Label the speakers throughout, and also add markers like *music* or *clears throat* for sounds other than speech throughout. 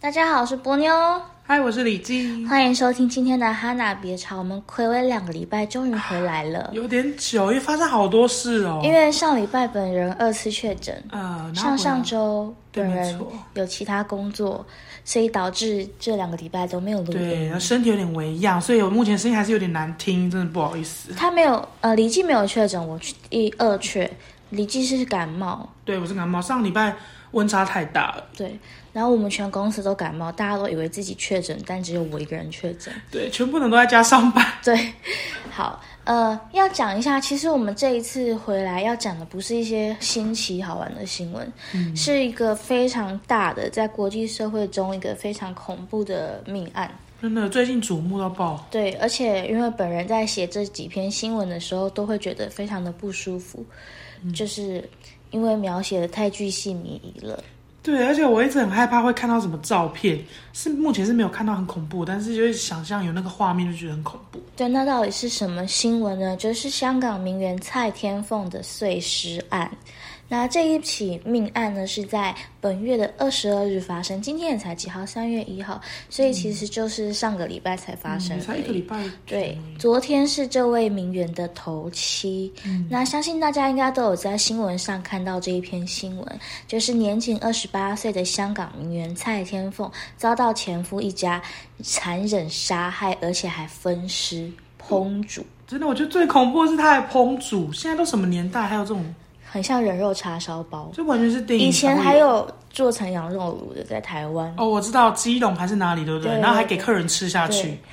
Speaker 1: 大家好，我是波妞，
Speaker 2: 嗨，我是李静，
Speaker 1: 欢迎收听今天的哈娜别吵。我们暌违两个礼拜，终于回来了。
Speaker 2: 有点久，因为发生好多事哦。
Speaker 1: 因为上礼拜本人二次确诊，
Speaker 2: 呃，然后
Speaker 1: 上
Speaker 2: 我
Speaker 1: 上周
Speaker 2: 对
Speaker 1: 本
Speaker 2: 没
Speaker 1: 人
Speaker 2: 错
Speaker 1: 有其他工作，所以导致这两个礼拜都没有录
Speaker 2: 对，
Speaker 1: 音
Speaker 2: 然。后身体有点微恙，所以我目前声音还是有点难听，真的不好意思。
Speaker 1: 他没有，呃，李记没有确诊，我去第二确，李记是感冒，
Speaker 2: 对，我是感冒，上礼拜温差太大了。
Speaker 1: 对。然后我们全公司都感冒，大家都以为自己确诊，但只有我一个人确诊。
Speaker 2: 对，全部人都在家上班。
Speaker 1: 对，好，呃，要讲一下，其实我们这一次回来要讲的不是一些新奇好玩的新闻，是一个非常大的，在国际社会中一个非常恐怖的命案。
Speaker 2: 真的，最近瞩目到爆。
Speaker 1: 对，而且因为本人在写这几篇新闻的时候，都会觉得非常的不舒服，就是因为描写的太巨细靡遗了。
Speaker 2: 对，而且我一直很害怕会看到什么照片，是目前是没有看到很恐怖，但是就是想象有那个画面就觉得很恐怖。
Speaker 1: 对，那到底是什么新闻呢？就是香港名媛蔡天凤的碎尸案。那这一起命案呢，是在本月的二十二日发生，今天也才几号？三月一号，所以其实就是上个礼拜才发生
Speaker 2: 嗯
Speaker 1: 而已。
Speaker 2: 才一个礼拜。
Speaker 1: 对，，昨天是这位名媛的头七。
Speaker 2: 嗯
Speaker 1: 那相信大家应该都有在新闻上看到这一篇新闻，就是年仅二十八岁的香港名媛蔡天凤遭到前夫一家残忍杀害，而且还分尸烹煮，
Speaker 2: 真的，我觉得最恐怖的是他还烹煮，现在都什么年代，还有这种，
Speaker 1: 很像人肉叉烧包。
Speaker 2: 这完全是电影。
Speaker 1: 以前还有做成羊肉炉的，在台湾。
Speaker 2: 哦，我知道基隆还是哪里，对不对？
Speaker 1: 对
Speaker 2: 然后还给客人吃下去
Speaker 1: 对。
Speaker 2: *sighs*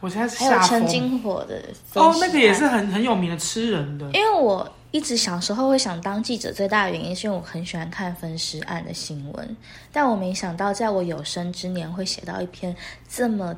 Speaker 2: 我现在是
Speaker 1: 还有
Speaker 2: 下
Speaker 1: 陈
Speaker 2: 风。
Speaker 1: 金火的分
Speaker 2: 哦，
Speaker 1: 尸
Speaker 2: 那个也
Speaker 1: 案
Speaker 2: 是很很有名的吃人的。
Speaker 1: 因为我一直小时候会想当记者，最大的原因是因为我很喜欢看分尸案的新闻，但我没想到在我有生之年会写到一篇这么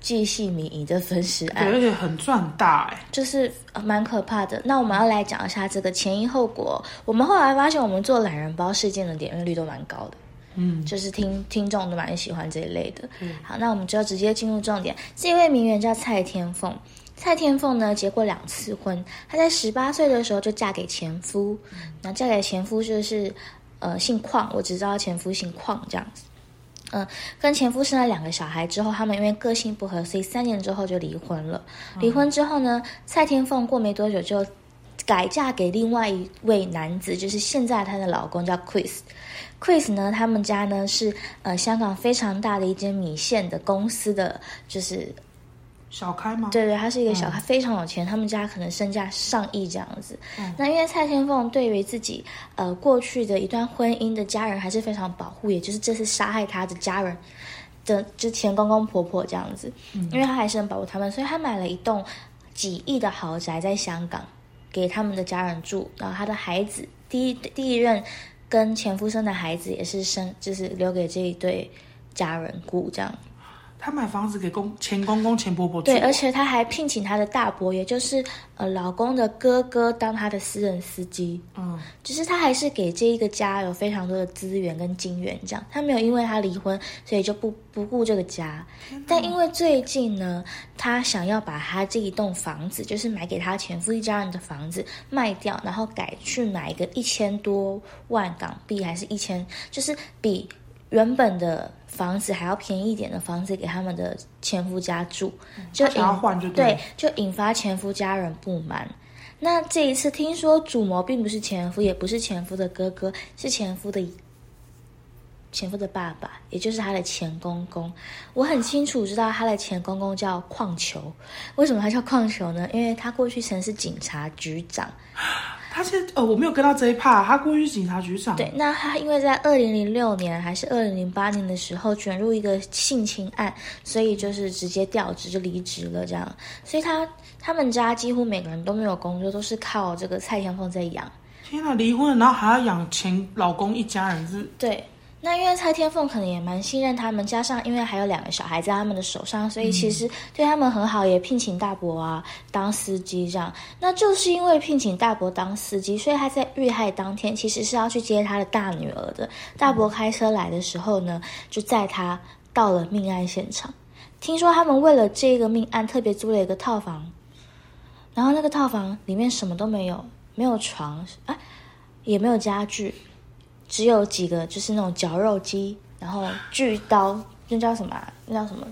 Speaker 1: 记细靡遗的分尸
Speaker 2: 对，
Speaker 1: 案，
Speaker 2: 而且很赚大哎、
Speaker 1: 就是呃蛮可怕的。那我们要来讲一下这个前因后果。我们后来发现，我们做懒人包事件的点阅率都蛮高的。
Speaker 2: 嗯，
Speaker 1: 就是听听众都蛮喜欢这一类的。好，那我们就直接进入重点。这位名媛叫蔡天凤，蔡天凤呢结过两次婚，她在十八岁的时候就嫁给前夫，那嫁给前夫就是呃姓邝，我只知道前夫姓邝这样子。嗯，跟前夫生了两个小孩之后，他们因为个性不合，所以三年之后就离婚了。离婚之后呢，蔡天凤过没多久就改嫁给另外一位男子，就是现在她的老公叫 Chris。Chris 呢，他们家呢是呃香港非常大的一间米线的公司的，就是
Speaker 2: 小开吗？
Speaker 1: 对对，他是一个小开，非常有钱，他们家可能身价上亿这样子。
Speaker 2: 嗯
Speaker 1: 那因为蔡天凤对于自己呃过去的一段婚姻的家人还是非常保护，也就是这次杀害她的家人的之前公公婆婆这样子，
Speaker 2: 嗯
Speaker 1: 因为她还是很保护他们，所以她买了一栋几亿的豪宅在香港给他们的家人住，然后她的孩子第一第一任跟前夫生的孩子也是生，就是留给这一对家人顾这样。
Speaker 2: 他买房子给公前公公前婆婆住。
Speaker 1: 对，而且她还聘请她的大伯，也就是呃老公的哥哥，当她的私人司机。
Speaker 2: 嗯，
Speaker 1: 就是她还是给这一个家有非常多的资源跟金源，这样她没有因为她离婚，所以就不不顾这个家。但因为最近呢，她想要把她这一栋房子，就是买给她前夫一家人的房子卖掉，然后改去买一个一千多万港币，还是一千，就是比原本的。房子还要便宜一点的房子给他们的前夫家住，就
Speaker 2: 嗯他想要
Speaker 1: 引
Speaker 2: 换就对
Speaker 1: 对
Speaker 2: 了，
Speaker 1: 就引发前夫家人不满。那这一次听说主谋并不是前夫，也不是前夫的哥哥，是前夫的前夫的爸爸，也就是他的前公公。我很清楚知道他的前公公叫邝球，为什么他叫邝球呢？因为他过去曾是警察局长。
Speaker 2: 他现在呃，我没有跟到这一 part，他过去是警察局长。
Speaker 1: 对，那他因为在二零零六年还是二零零八年的时候卷入一个性侵案，所以就是直接调职就离职了这样。所以他他们家几乎每个人都没有工作，都是靠这个蔡天凤在养。
Speaker 2: 天哪，离婚了，然后还要养前老公一家人，是
Speaker 1: 对，那因为蔡天凤可能也蛮信任他们，加上因为还有两个小孩在他们的手上，所以其实对他们很好，也聘请大伯啊当司机这样。那就是因为聘请大伯当司机，所以他在遇害当天其实是要去接他的大女儿的。大伯开车来的时候呢，就载他到了命案现场。听说他们为了这个命案特别租了一个套房，然后那个套房里面什么都没有，没有啊床，哎、也没有家具，只有几个就是那种绞肉机，然后锯刀，那叫什么啊、那叫什么？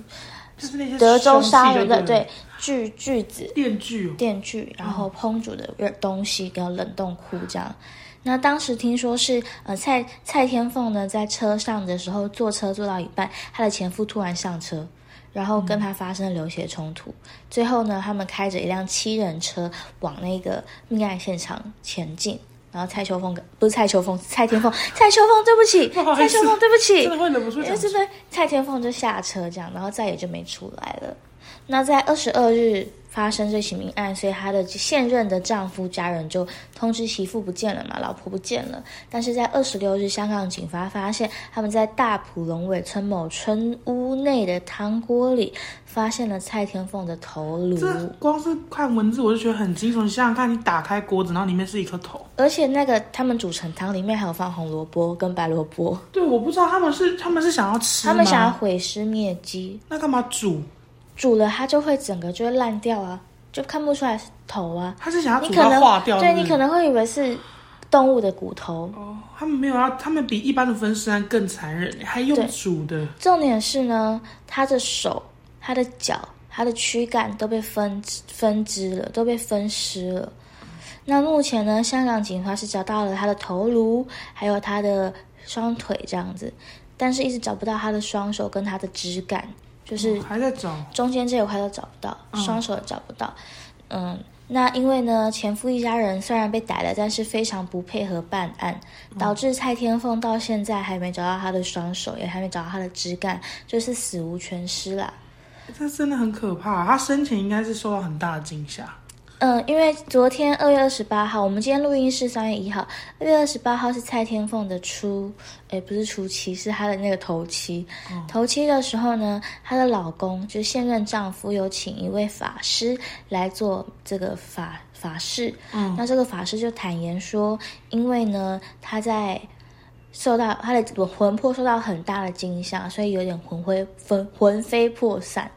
Speaker 2: 就是那些
Speaker 1: 德州杀人
Speaker 2: 的
Speaker 1: 的对，锯锯子、
Speaker 2: 电锯哦，
Speaker 1: 电锯，然后烹煮的热东西给我冷冻库这样。那当时听说是呃蔡蔡天凤呢在车上的时候坐车坐到一半，她的前夫突然上车，然后跟她发生了流血冲突。最后呢，他们开着一辆七人车往那个命案现场前进。然后蔡秋凤跟不是蔡秋凤，是蔡天凤，蔡秋凤，对不起，
Speaker 2: *laughs* 不好
Speaker 1: 蔡
Speaker 2: 意思
Speaker 1: 秋凤，对不起，
Speaker 2: *laughs* 真的会忍不住
Speaker 1: 因
Speaker 2: 讲
Speaker 1: 为。这边蔡天凤就下车这样，然后再也就没出来了。那在二十二日发生这起命案，所以她的现任的丈夫家人就通知媳妇不见了嘛，老婆不见了。但是在二十六日，香港警方发现他们在大埔龙尾村某村屋内的汤锅里发现了蔡天凤的头
Speaker 2: 这
Speaker 1: 颅，
Speaker 2: 光是看文字我就觉得很惊悚。你想想看，你打开锅子，然后里面是一颗头。
Speaker 1: 而且那个他们煮成汤里面还有放红萝卜跟白萝卜，
Speaker 2: 对，我不知道他们是他们是想要吃吗，
Speaker 1: 他们想要毁尸灭迹。
Speaker 2: 那干嘛煮？
Speaker 1: 煮了它就会整个就会烂掉啊，就看不出来是头啊。
Speaker 2: 他是想要
Speaker 1: 你
Speaker 2: 煮
Speaker 1: 可
Speaker 2: 到
Speaker 1: 能
Speaker 2: 化掉，
Speaker 1: 对
Speaker 2: 是不
Speaker 1: 你
Speaker 2: 是
Speaker 1: 可能会以为是动物的骨头。
Speaker 2: 哦，他们没有要，他们比一般的分尸案更残忍，还用
Speaker 1: 对
Speaker 2: 煮的。
Speaker 1: 重点是呢，它的手、它的脚、它的躯干都被分分支了，都被分尸了。那目前呢，香港警方是找到了他的头颅，还有他的双腿这样子，但是一直找不到他的双手跟他的肢干，就是
Speaker 2: 哦还在找，
Speaker 1: 中间这一块都找不到，双手也找不到。嗯，那因为呢，前夫一家人虽然被逮了，但是非常不配合办案，导致蔡天凤到现在还没找到他的双手，也还没找到他的枝干，就是死无全尸啦。
Speaker 2: 这真的很可怕。他生前应该是受到很大的惊吓。
Speaker 1: 嗯，因为昨天二月二十八号，我们今天录音是三月一号，二月二十八号是蔡天凤的初，诶，不是初期，是她的那个头七。
Speaker 2: 嗯
Speaker 1: 头七的时候呢，她的老公就是现任丈夫，有请一位法师来做这个法法事。
Speaker 2: 嗯，
Speaker 1: 那这个法师就坦言说，因为呢，她在受到她的魂魄受到很大的惊吓，所以有点魂飞魂魂飞魄散。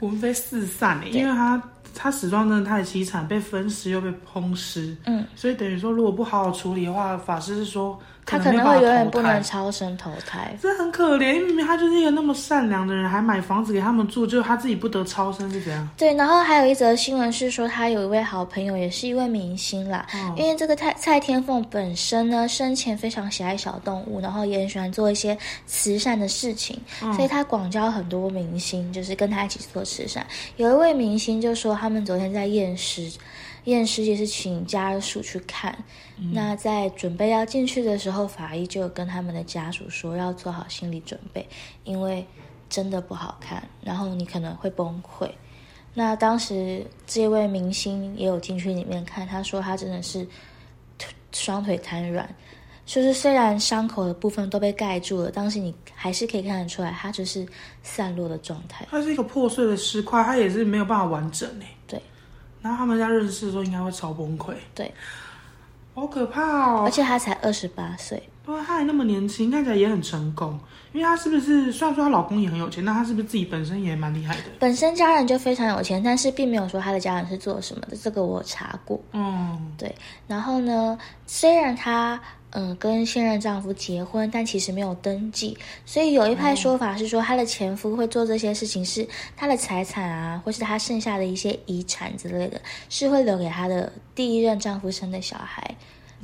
Speaker 2: 魂飞四散欸，因为他他死状真的太凄惨，被分尸又被烹尸，
Speaker 1: 嗯，
Speaker 2: 所以等于说如果不好好处理的话，法师是说
Speaker 1: 她
Speaker 2: 可
Speaker 1: 可
Speaker 2: 能没
Speaker 1: 能
Speaker 2: 有办
Speaker 1: 会
Speaker 2: 法
Speaker 1: 永远
Speaker 2: 投
Speaker 1: 不
Speaker 2: 胎
Speaker 1: 能超生投胎。
Speaker 2: 这很可怜，因为明明他就是一个那么善良的人，还买房子给他们住，就他自己不得超生是怎样？
Speaker 1: 对，然后还有一则新闻是说，他有一位好朋友，也是一位明星啦。因为这个蔡蔡天凤本身呢，生前非常喜爱小动物，然后也很喜欢做一些慈善的事情，所以他广交很多明星，就是跟他一起做慈善。有一位明星就说，他们昨天在验尸，验尸也是请家属去看。那在准备要进去的时候，法医就有跟他们的家属说，要做好心理准备，因为真的不好看，然后你可能会崩溃。那当时这位明星也有进去里面看，他说他真的是腿双腿瘫软，就是虽然伤口的部分都被盖住了，但是你还是可以看得出来，他就是散落的状态。
Speaker 2: 他是一个破碎的尸块，他也是没有办法完整哎。
Speaker 1: 对。
Speaker 2: 然后他们家认识的时候，应该会超崩溃。
Speaker 1: 对。
Speaker 2: 好可怕哦！
Speaker 1: 而且他才二十八岁，
Speaker 2: 对啊，她还那么年轻，看起来也很成功。因为她是不是虽然说她老公也很有钱，但她是不是自己本身也蛮厉害的？
Speaker 1: 本身家人就非常有钱，但是并没有说他的家人是做什么的，这个我有查过。
Speaker 2: 嗯，
Speaker 1: 然后呢，虽然她嗯、呃跟现任丈夫结婚，但其实没有登记，所以有一派说法是说她的前夫会做这些事情是她的财产啊，或是她剩下的一些遗产之类的，是会留给她的第一任丈夫生的小孩。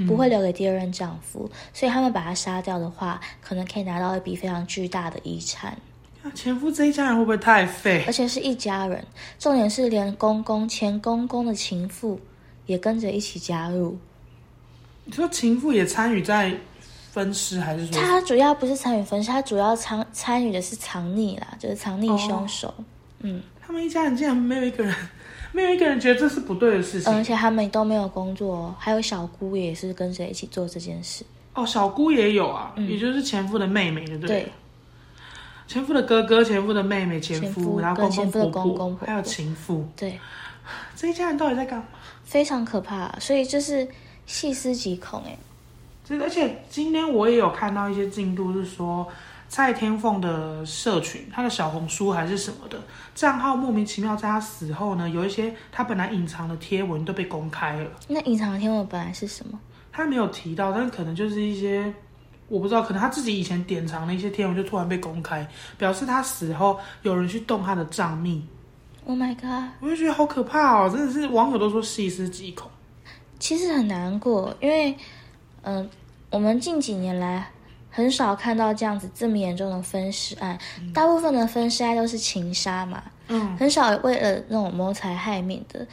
Speaker 1: 不会留给第二任丈夫，所以他们把她杀掉的话，可能可以拿到一笔非常巨大的遗产，
Speaker 2: 那前夫这一家人会不会太废？
Speaker 1: 而且是一家人。重点是连公公前公公的情妇也跟着一起加入，
Speaker 2: 你说情妇也参与在分尸，还是说？
Speaker 1: 他主要不是参与分尸，他主要参参与的是藏匿啦，就是藏
Speaker 2: 哦
Speaker 1: 匿凶手。嗯，
Speaker 2: 他们一家人竟然没有一个人， *laughs* 没有一个人觉得这是不对的事情。
Speaker 1: 嗯而且他们都没有工作、哦，还有小姑也是跟着一起做这件事。
Speaker 2: 哦，小姑也有啊，也就是前夫的妹妹，对不对？
Speaker 1: 嗯对
Speaker 2: 前夫的哥哥、前夫的妹妹、前
Speaker 1: 前夫
Speaker 2: 然后
Speaker 1: 跟
Speaker 2: 公
Speaker 1: 前夫的
Speaker 2: 婆
Speaker 1: 公公婆
Speaker 2: 还有
Speaker 1: 婆
Speaker 2: 情妇，
Speaker 1: 对，
Speaker 2: 这一家人到底在干嘛？
Speaker 1: 非常可怕，啊所以就是细思极恐哎、
Speaker 2: 这而且今天我也有看到一些进度，是说蔡天凤的社群，她的小红书还是什么的账号，莫名其妙在她死后呢，有一些她本来隐藏的贴文都被公开了。
Speaker 1: 那隐藏的天文本来是什么？
Speaker 2: 她没有提到，但可能就是一些我不知道，可能他自己以前典藏的一些天文就突然被公开，表示他死后有人去动他的账密，
Speaker 1: Oh my god！
Speaker 2: 我就觉得好可怕哦，真的是网友都说细思极恐。
Speaker 1: 其实很难过，因为，嗯、我们近几年来很少看到这样子这么严重的分尸案，大部分的分尸案都是情杀嘛，
Speaker 2: 嗯，
Speaker 1: 很少为了那种谋财害命的，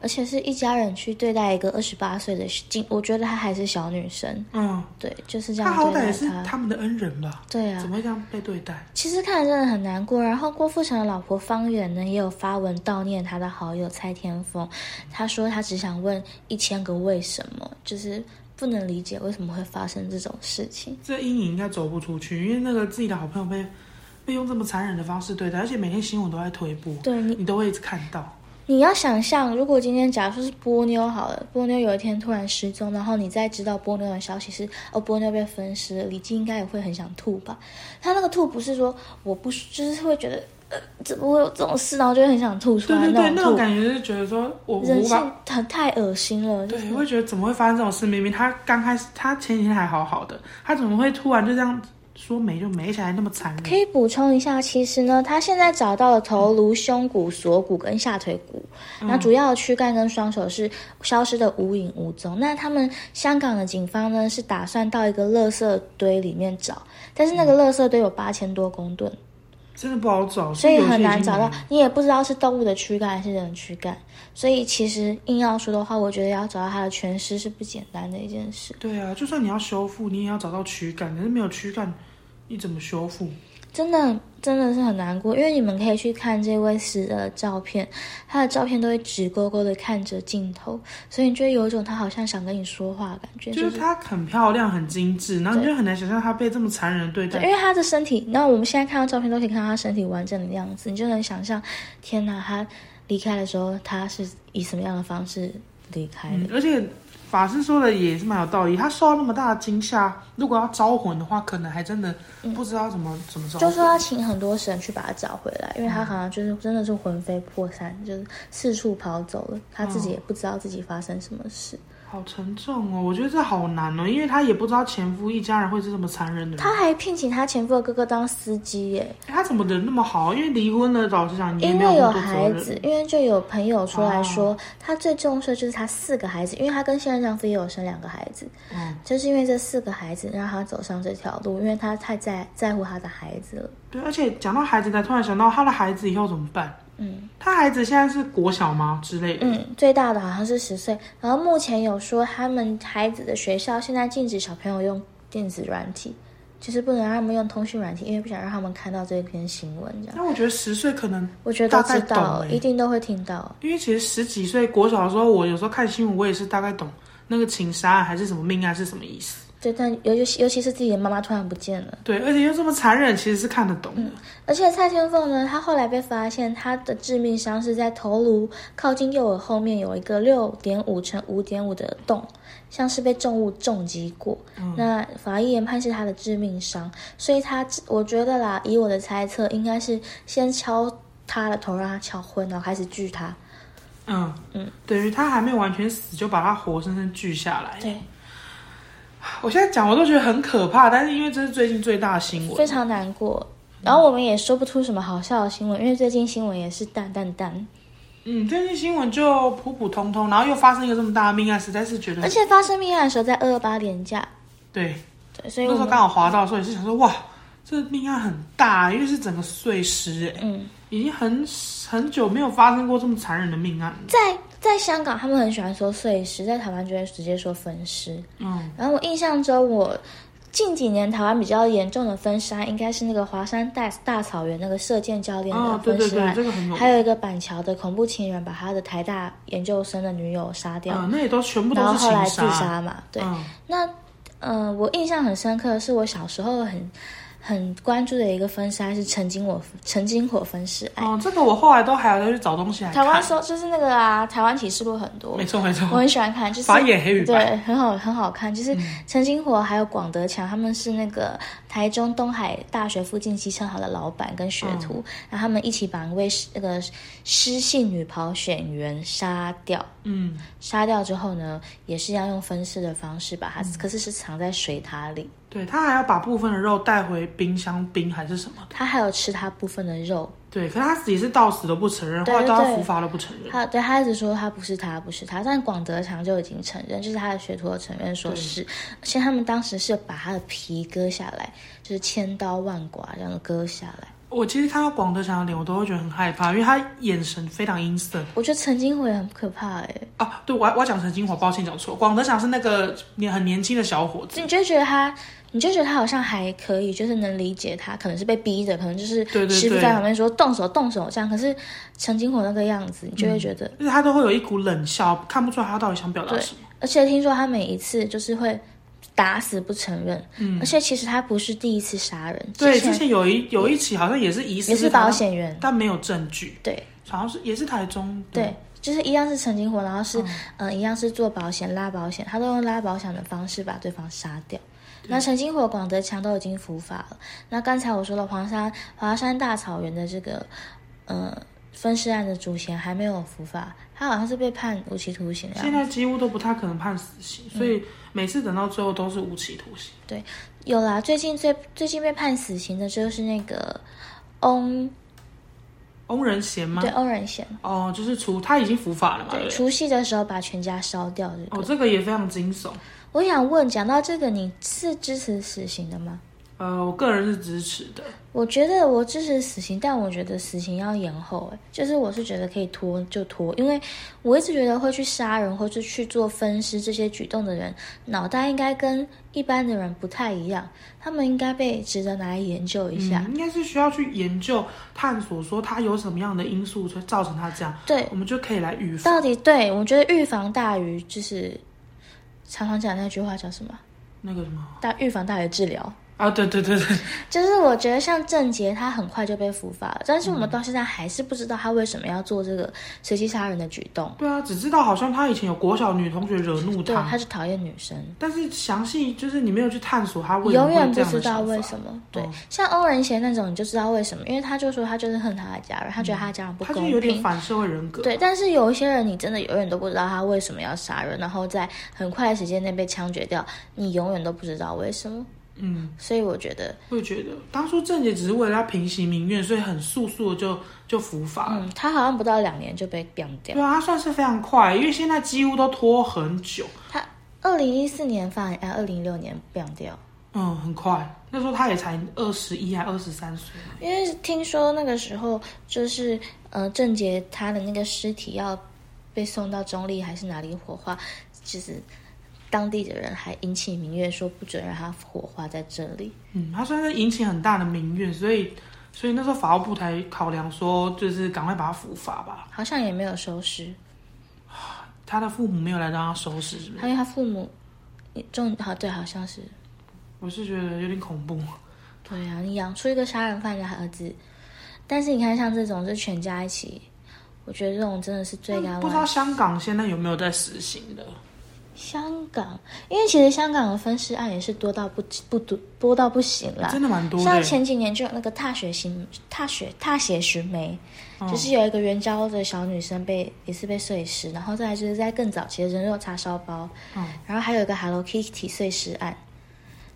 Speaker 1: 而且是一家人去对待一个二十八岁的近，我觉得她还是小女生，
Speaker 2: 嗯，
Speaker 1: 对，就是这
Speaker 2: 他
Speaker 1: 样
Speaker 2: 好
Speaker 1: 对
Speaker 2: 歹
Speaker 1: 待
Speaker 2: 也是
Speaker 1: 她。
Speaker 2: 他们的恩人吧？
Speaker 1: 对啊
Speaker 2: 怎，么会这样被对待？
Speaker 1: 其实看着真的很难过。然后郭富城的老婆方圆呢，也有发文悼念他的好友蔡天凤。他说他只想问一千个为什么，就是不能理解为什么会发生这种事情。
Speaker 2: 这阴影应该走不出去，因为那个自己的好朋友被被用这么残忍的方式对待，而且每天新闻都在推播，
Speaker 1: 对你，
Speaker 2: 你都会一直看到。
Speaker 1: 你要想象，如果今天假如说是波妞好了，波妞有一天突然失踪，然后你再知道波妞的消息是哦，波妞被分尸了，李记应该也会很想吐吧？他那个吐不是说我不舒，就是会觉得呃，怎么会有这种事，然后就会很想吐出
Speaker 2: 对
Speaker 1: 来
Speaker 2: 对对，
Speaker 1: 种
Speaker 2: 那种
Speaker 1: 吐。
Speaker 2: 感觉就是觉得说我我
Speaker 1: 人
Speaker 2: 无法
Speaker 1: 性很太恶心了，就是
Speaker 2: 对，我会觉得怎么会发生这种事？明明他刚开始，他前几天还好好的，他怎么会突然就这样说没就没，而且还那么残忍？
Speaker 1: 可以补充一下，其实呢，他现在找到了头颅、胸骨、锁骨跟下腿骨，
Speaker 2: 嗯
Speaker 1: 那主要的躯干跟双手是消失的无影无踪。那他们香港的警方呢，是打算到一个垃圾堆里面找，但是那
Speaker 2: 嗯
Speaker 1: 个垃圾堆有八千多公吨，
Speaker 2: 真的不好找，
Speaker 1: 所以
Speaker 2: 有些
Speaker 1: 很
Speaker 2: 已
Speaker 1: 难
Speaker 2: 经
Speaker 1: 找
Speaker 2: 没
Speaker 1: 到
Speaker 2: 了。。
Speaker 1: 你也不知道是动物的躯干还是人的躯干，所以其实硬要说的话，我觉得要找到它的全尸是不简单的一件事。
Speaker 2: 对啊，就算你要修复，你也要找到躯干，可是没有躯干，你怎么修复？
Speaker 1: 真的真的是很难过，因为你们可以去看这位死者的照片，他的照片都会直勾勾的看着镜头，所以你就会有一种他好像想跟你说话的感觉，
Speaker 2: 就是
Speaker 1: 是
Speaker 2: 它很漂亮、很精致，然后你就很难想象它被这么残忍地对
Speaker 1: 对，
Speaker 2: 待。
Speaker 1: 因为他的身体，那我们现在看到照片都可以看到他身体完整的样子，你就能想象，天哪，他离开的时候他是以什么样的方式离开的？
Speaker 2: 嗯，而且法师说的也是蛮有道理，他受到那么大的惊吓，如果要招魂的话，可能还真的不知道怎么、怎么招。
Speaker 1: 嗯就说要请很多神去把他找回来，因为他好像就是真的是魂飞魄散，就是四处跑走了，他自
Speaker 2: 哦
Speaker 1: 己也不知道自己发生什么事。
Speaker 2: 好沉重哦，我觉得这好难哦，因为他也不知道前夫一家人会是这么残忍的人。
Speaker 1: 他还聘请他前夫的哥哥当司机耶，
Speaker 2: 欸他怎么人那么好？因为离婚了，老实讲，也
Speaker 1: 因
Speaker 2: 嗯没有
Speaker 1: 为
Speaker 2: 那
Speaker 1: 有
Speaker 2: 么多责
Speaker 1: 孩
Speaker 2: 任。
Speaker 1: 子，因为就有朋友出来
Speaker 2: 哦
Speaker 1: 说，他最重视的就是他四个孩子，因为他跟现任丈夫也有生两个孩子，
Speaker 2: 嗯，
Speaker 1: 就是因为这四个孩子让他走上这条路，因为他太在在乎他的孩子了。
Speaker 2: 对，而且讲到孩子，才突然想到他的孩子以后怎么办？
Speaker 1: 嗯
Speaker 2: 他孩子现在是国小吗之类的？
Speaker 1: 嗯，最大的好像是十岁，然后目前有说他们孩子的学校现在禁止小朋友用电子软体，就是不能让他们用通讯软体，因为不想让他们看到这篇新闻这样。
Speaker 2: 那我觉得十岁可能，
Speaker 1: 我觉得都
Speaker 2: 大概
Speaker 1: 知
Speaker 2: 懂
Speaker 1: 道，
Speaker 2: 欸
Speaker 1: 一定都会听到。
Speaker 2: 因为其实十几岁国小的时候，我有时候看新闻，我也是大概懂那个情杀案还是什么命案啊是什么意思。
Speaker 1: 对，但尤尤其尤其是自己的妈妈突然不见了，
Speaker 2: 对，而且又这么残忍，其实是看得懂的。
Speaker 1: 而且蔡天凤呢，她后来被发现她的致命伤是在头颅靠近右耳后面有一个六点五乘五点五的洞，像是被重物重击过。那法医研判是她的致命伤，所以她我觉得啦，以我的猜测，应该是先敲她的头，让她敲昏，然后开始锯她。
Speaker 2: 嗯嗯，等于他还没有完全死，就把他活生生锯下来。
Speaker 1: 对，
Speaker 2: 我现在讲我都觉得很可怕，但是因为这是最近最大的新闻，
Speaker 1: 非常难过。然后我们也说不出什么好笑的新闻，因为最近新闻也是淡淡淡。
Speaker 2: 嗯，最近新闻就普普通通，然后又发生一个这么大的命案，实在是觉
Speaker 1: 而
Speaker 2: 得
Speaker 1: 且发生命案的时候在二二八年假，
Speaker 2: 对。
Speaker 1: 对，所以
Speaker 2: 那
Speaker 1: 我
Speaker 2: 时候
Speaker 1: 们
Speaker 2: 刚好滑到，所以是想说哇，这命案很大，因为是整个碎尸、哎，
Speaker 1: 嗯，
Speaker 2: 已经很很久没有发生过这么残忍的命案了。
Speaker 1: 在在香港他们很喜欢说碎尸，在台湾就会直接说分尸。
Speaker 2: 嗯，
Speaker 1: 然后我印象中我。近几年台湾比较严重的分尸案，应该是那个华山大大草原那个射箭教练的
Speaker 2: 哦，对
Speaker 1: 分
Speaker 2: 对
Speaker 1: 尸
Speaker 2: 对，
Speaker 1: 案，
Speaker 2: 这个很有，
Speaker 1: 还有一个板桥的恐怖情人把他的台大研究生的女友杀掉，
Speaker 2: 嗯，那也都全部
Speaker 1: 然
Speaker 2: 都
Speaker 1: 后
Speaker 2: 是
Speaker 1: 后来
Speaker 2: 情
Speaker 1: 自
Speaker 2: 杀，
Speaker 1: 杀嘛。对，
Speaker 2: 嗯
Speaker 1: 那嗯、呃我印象很深刻的是我小时候很很关注的一个分尸案是陈金火陈金火分尸案。
Speaker 2: 哦，这个我后来都还有再去找东西来
Speaker 1: 台湾
Speaker 2: 啊看，
Speaker 1: 说就是那个啊，台湾启示录很多
Speaker 2: 没，错没
Speaker 1: 我
Speaker 2: 错，
Speaker 1: 很喜欢看，就是
Speaker 2: 法眼黑与白，嗯
Speaker 1: 对，很好很好看。就是陈金火还有广德强他们是那个台中东海大学附近机车行的老板跟学徒，
Speaker 2: 哦
Speaker 1: 然后他们一起把一位失那个失信女跑选员杀掉。
Speaker 2: 嗯，
Speaker 1: 杀掉之后呢，也是要用分尸的方式把
Speaker 2: 嗯
Speaker 1: 它，可是是藏在水塔里。
Speaker 2: 对他还要把部分的肉带回冰箱冰还是什么？
Speaker 1: 他还有吃他部分的肉，
Speaker 2: 对，可是他自己是到死都不承认，
Speaker 1: 对
Speaker 2: 后来到
Speaker 1: 对
Speaker 2: 他伏法都不承认。
Speaker 1: 他对他一直说他不是他，不是他，但广德强就已经承认，就是他的学徒有承认说是，而且他们当时是把他的皮割下来，就是千刀万剐这样割下来。
Speaker 2: 我其实看到广德祥的脸，我都会觉得很害怕，因为他眼神非常阴森
Speaker 1: 我觉得陈金回很可怕哎、
Speaker 2: 啊。对，我要我要讲陈金华，抱歉讲错，广德祥是那个年很年轻的小伙子。
Speaker 1: 你就会觉得他，你就觉得他好像还可以，就是能理解他，可能是被逼的，可能就是
Speaker 2: 对对对
Speaker 1: 师傅在旁边说动手动手这样，可是陈金火那个样子，你就会
Speaker 2: 嗯
Speaker 1: 觉得，
Speaker 2: 就是他都会有一股冷笑，看不出来他到底想表达什么。
Speaker 1: 而且听说他每一次就是会打死不承认，而且其实他不是第一次杀人，
Speaker 2: 嗯对，
Speaker 1: 之
Speaker 2: 之
Speaker 1: 前
Speaker 2: 前有一有一起好像也是疑似
Speaker 1: 也是
Speaker 2: 他
Speaker 1: 保，险员。
Speaker 2: 但没有证据，
Speaker 1: 对
Speaker 2: 好像是也是台中的
Speaker 1: 对，就是一样是陈金火，然后
Speaker 2: 嗯
Speaker 1: 是呃一样是做保险拉保险，他都用拉保险的方式把对方杀掉。那陈金火、广德强都已经伏法了。那刚才我说了，黄山华山大草原的这个呃分尸案的主嫌还没有伏法，他好像是被判无期徒刑了。啊
Speaker 2: 现在几乎都不太可能判死刑，
Speaker 1: 嗯
Speaker 2: 所以每次等到最后都是无期徒刑。
Speaker 1: 有啦，最近最最近被判死刑的就是那个翁
Speaker 2: 翁仁贤吗
Speaker 1: 对？翁仁贤，
Speaker 2: 哦，就是除他已经伏法了嘛。对
Speaker 1: 对，
Speaker 2: 不对
Speaker 1: 除夕的时候把全家烧掉这个。
Speaker 2: 哦，这个也非常惊悚。
Speaker 1: 我想问，讲到这个，你是支持死刑的吗？
Speaker 2: 呃，我个人是支持的。
Speaker 1: 我觉得我支持死刑，但我觉得死刑要延后、欸。就是我是觉得可以拖就拖，因为我一直觉得会去杀人或是去做分尸这些举动的人，脑袋应该跟一般的人不太一样，他们应该被值得拿来研究一下。
Speaker 2: 嗯，应该是需要去研究、探索，说他有什么样的因素才造成他这样，
Speaker 1: 对，
Speaker 2: 我们就可以来嗯预防。
Speaker 1: 到底对我觉得预防大于就是常常讲那句话叫什么？
Speaker 2: 那个什么
Speaker 1: 大预防大于治疗。
Speaker 2: 啊，对对对对，
Speaker 1: 就是我觉得像郑杰，他很快就被伏法了，但是我
Speaker 2: 嗯
Speaker 1: 们到现在还是不知道他为什么要做这个随机杀人的举动。
Speaker 2: 对啊，只知道好像他以前有国小女同学惹怒
Speaker 1: 对，
Speaker 2: 他，
Speaker 1: 他是讨厌女生，
Speaker 2: 但是详细就是你没有去探索他为什么
Speaker 1: 永
Speaker 2: 会有
Speaker 1: 远
Speaker 2: 这
Speaker 1: 不
Speaker 2: 样
Speaker 1: 知
Speaker 2: 的
Speaker 1: 道
Speaker 2: 想
Speaker 1: 为
Speaker 2: 法。
Speaker 1: 什么。对
Speaker 2: 嗯，
Speaker 1: 像欧仁贤那种，你就知道为什么，因为他就说他就是恨他的家人，他觉得他的家人不
Speaker 2: 他就
Speaker 1: 公
Speaker 2: 有点
Speaker 1: 平。
Speaker 2: 反社会人格。
Speaker 1: 对，但是有一些人，你真的永远都不知道他为什么要杀人，然后在很快的时间内被枪决掉，你永远都不知道为什么。
Speaker 2: 嗯，
Speaker 1: 所以我觉得，
Speaker 2: 会觉得当初郑姐只是为了要平息民怨，所以很速速的就就伏法了。
Speaker 1: 嗯，他好像不到两年就被毙掉。
Speaker 2: 对啊，他算是非常快，因为现在几乎都拖很久。
Speaker 1: 他二零一四年犯案，二零一六年毙掉。
Speaker 2: 嗯，很快。那时候他也才二十一还二十三岁。
Speaker 1: 因为听说那个时候就是呃，郑杰他的那个尸体要被送到中立还是哪里火化，就是当地的人还引起民怨，说不准让他火化在这里。
Speaker 2: 嗯，他算是引起很大的民怨，所以所以那时候法务部才考量说，就是赶快把他伏法吧。
Speaker 1: 好像也没有收尸，
Speaker 2: 他的父母没有来让他收拾，是不是？
Speaker 1: 还有他父母重好对，好像是
Speaker 2: 我是觉得有点恐怖。
Speaker 1: 对啊，你养出一个杀人犯的儿子，但是你看像这种是全家一起，我觉得这种真的是罪该
Speaker 2: 不
Speaker 1: 万
Speaker 2: 知
Speaker 1: 死
Speaker 2: 道。香港现在有没有在实行的？
Speaker 1: 香港，因为其实香港的分尸案也是多到不不多多到不行啦，
Speaker 2: 真的蛮多
Speaker 1: 像
Speaker 2: 的。
Speaker 1: 前几年就有那个踏雪寻踏雪踏雪寻梅，就是有一个援交的小女生被也是被碎尸，然后再来就是在更早期的人肉叉烧包，
Speaker 2: 嗯
Speaker 1: 然后还有一个 Hello Kitty 碎尸案，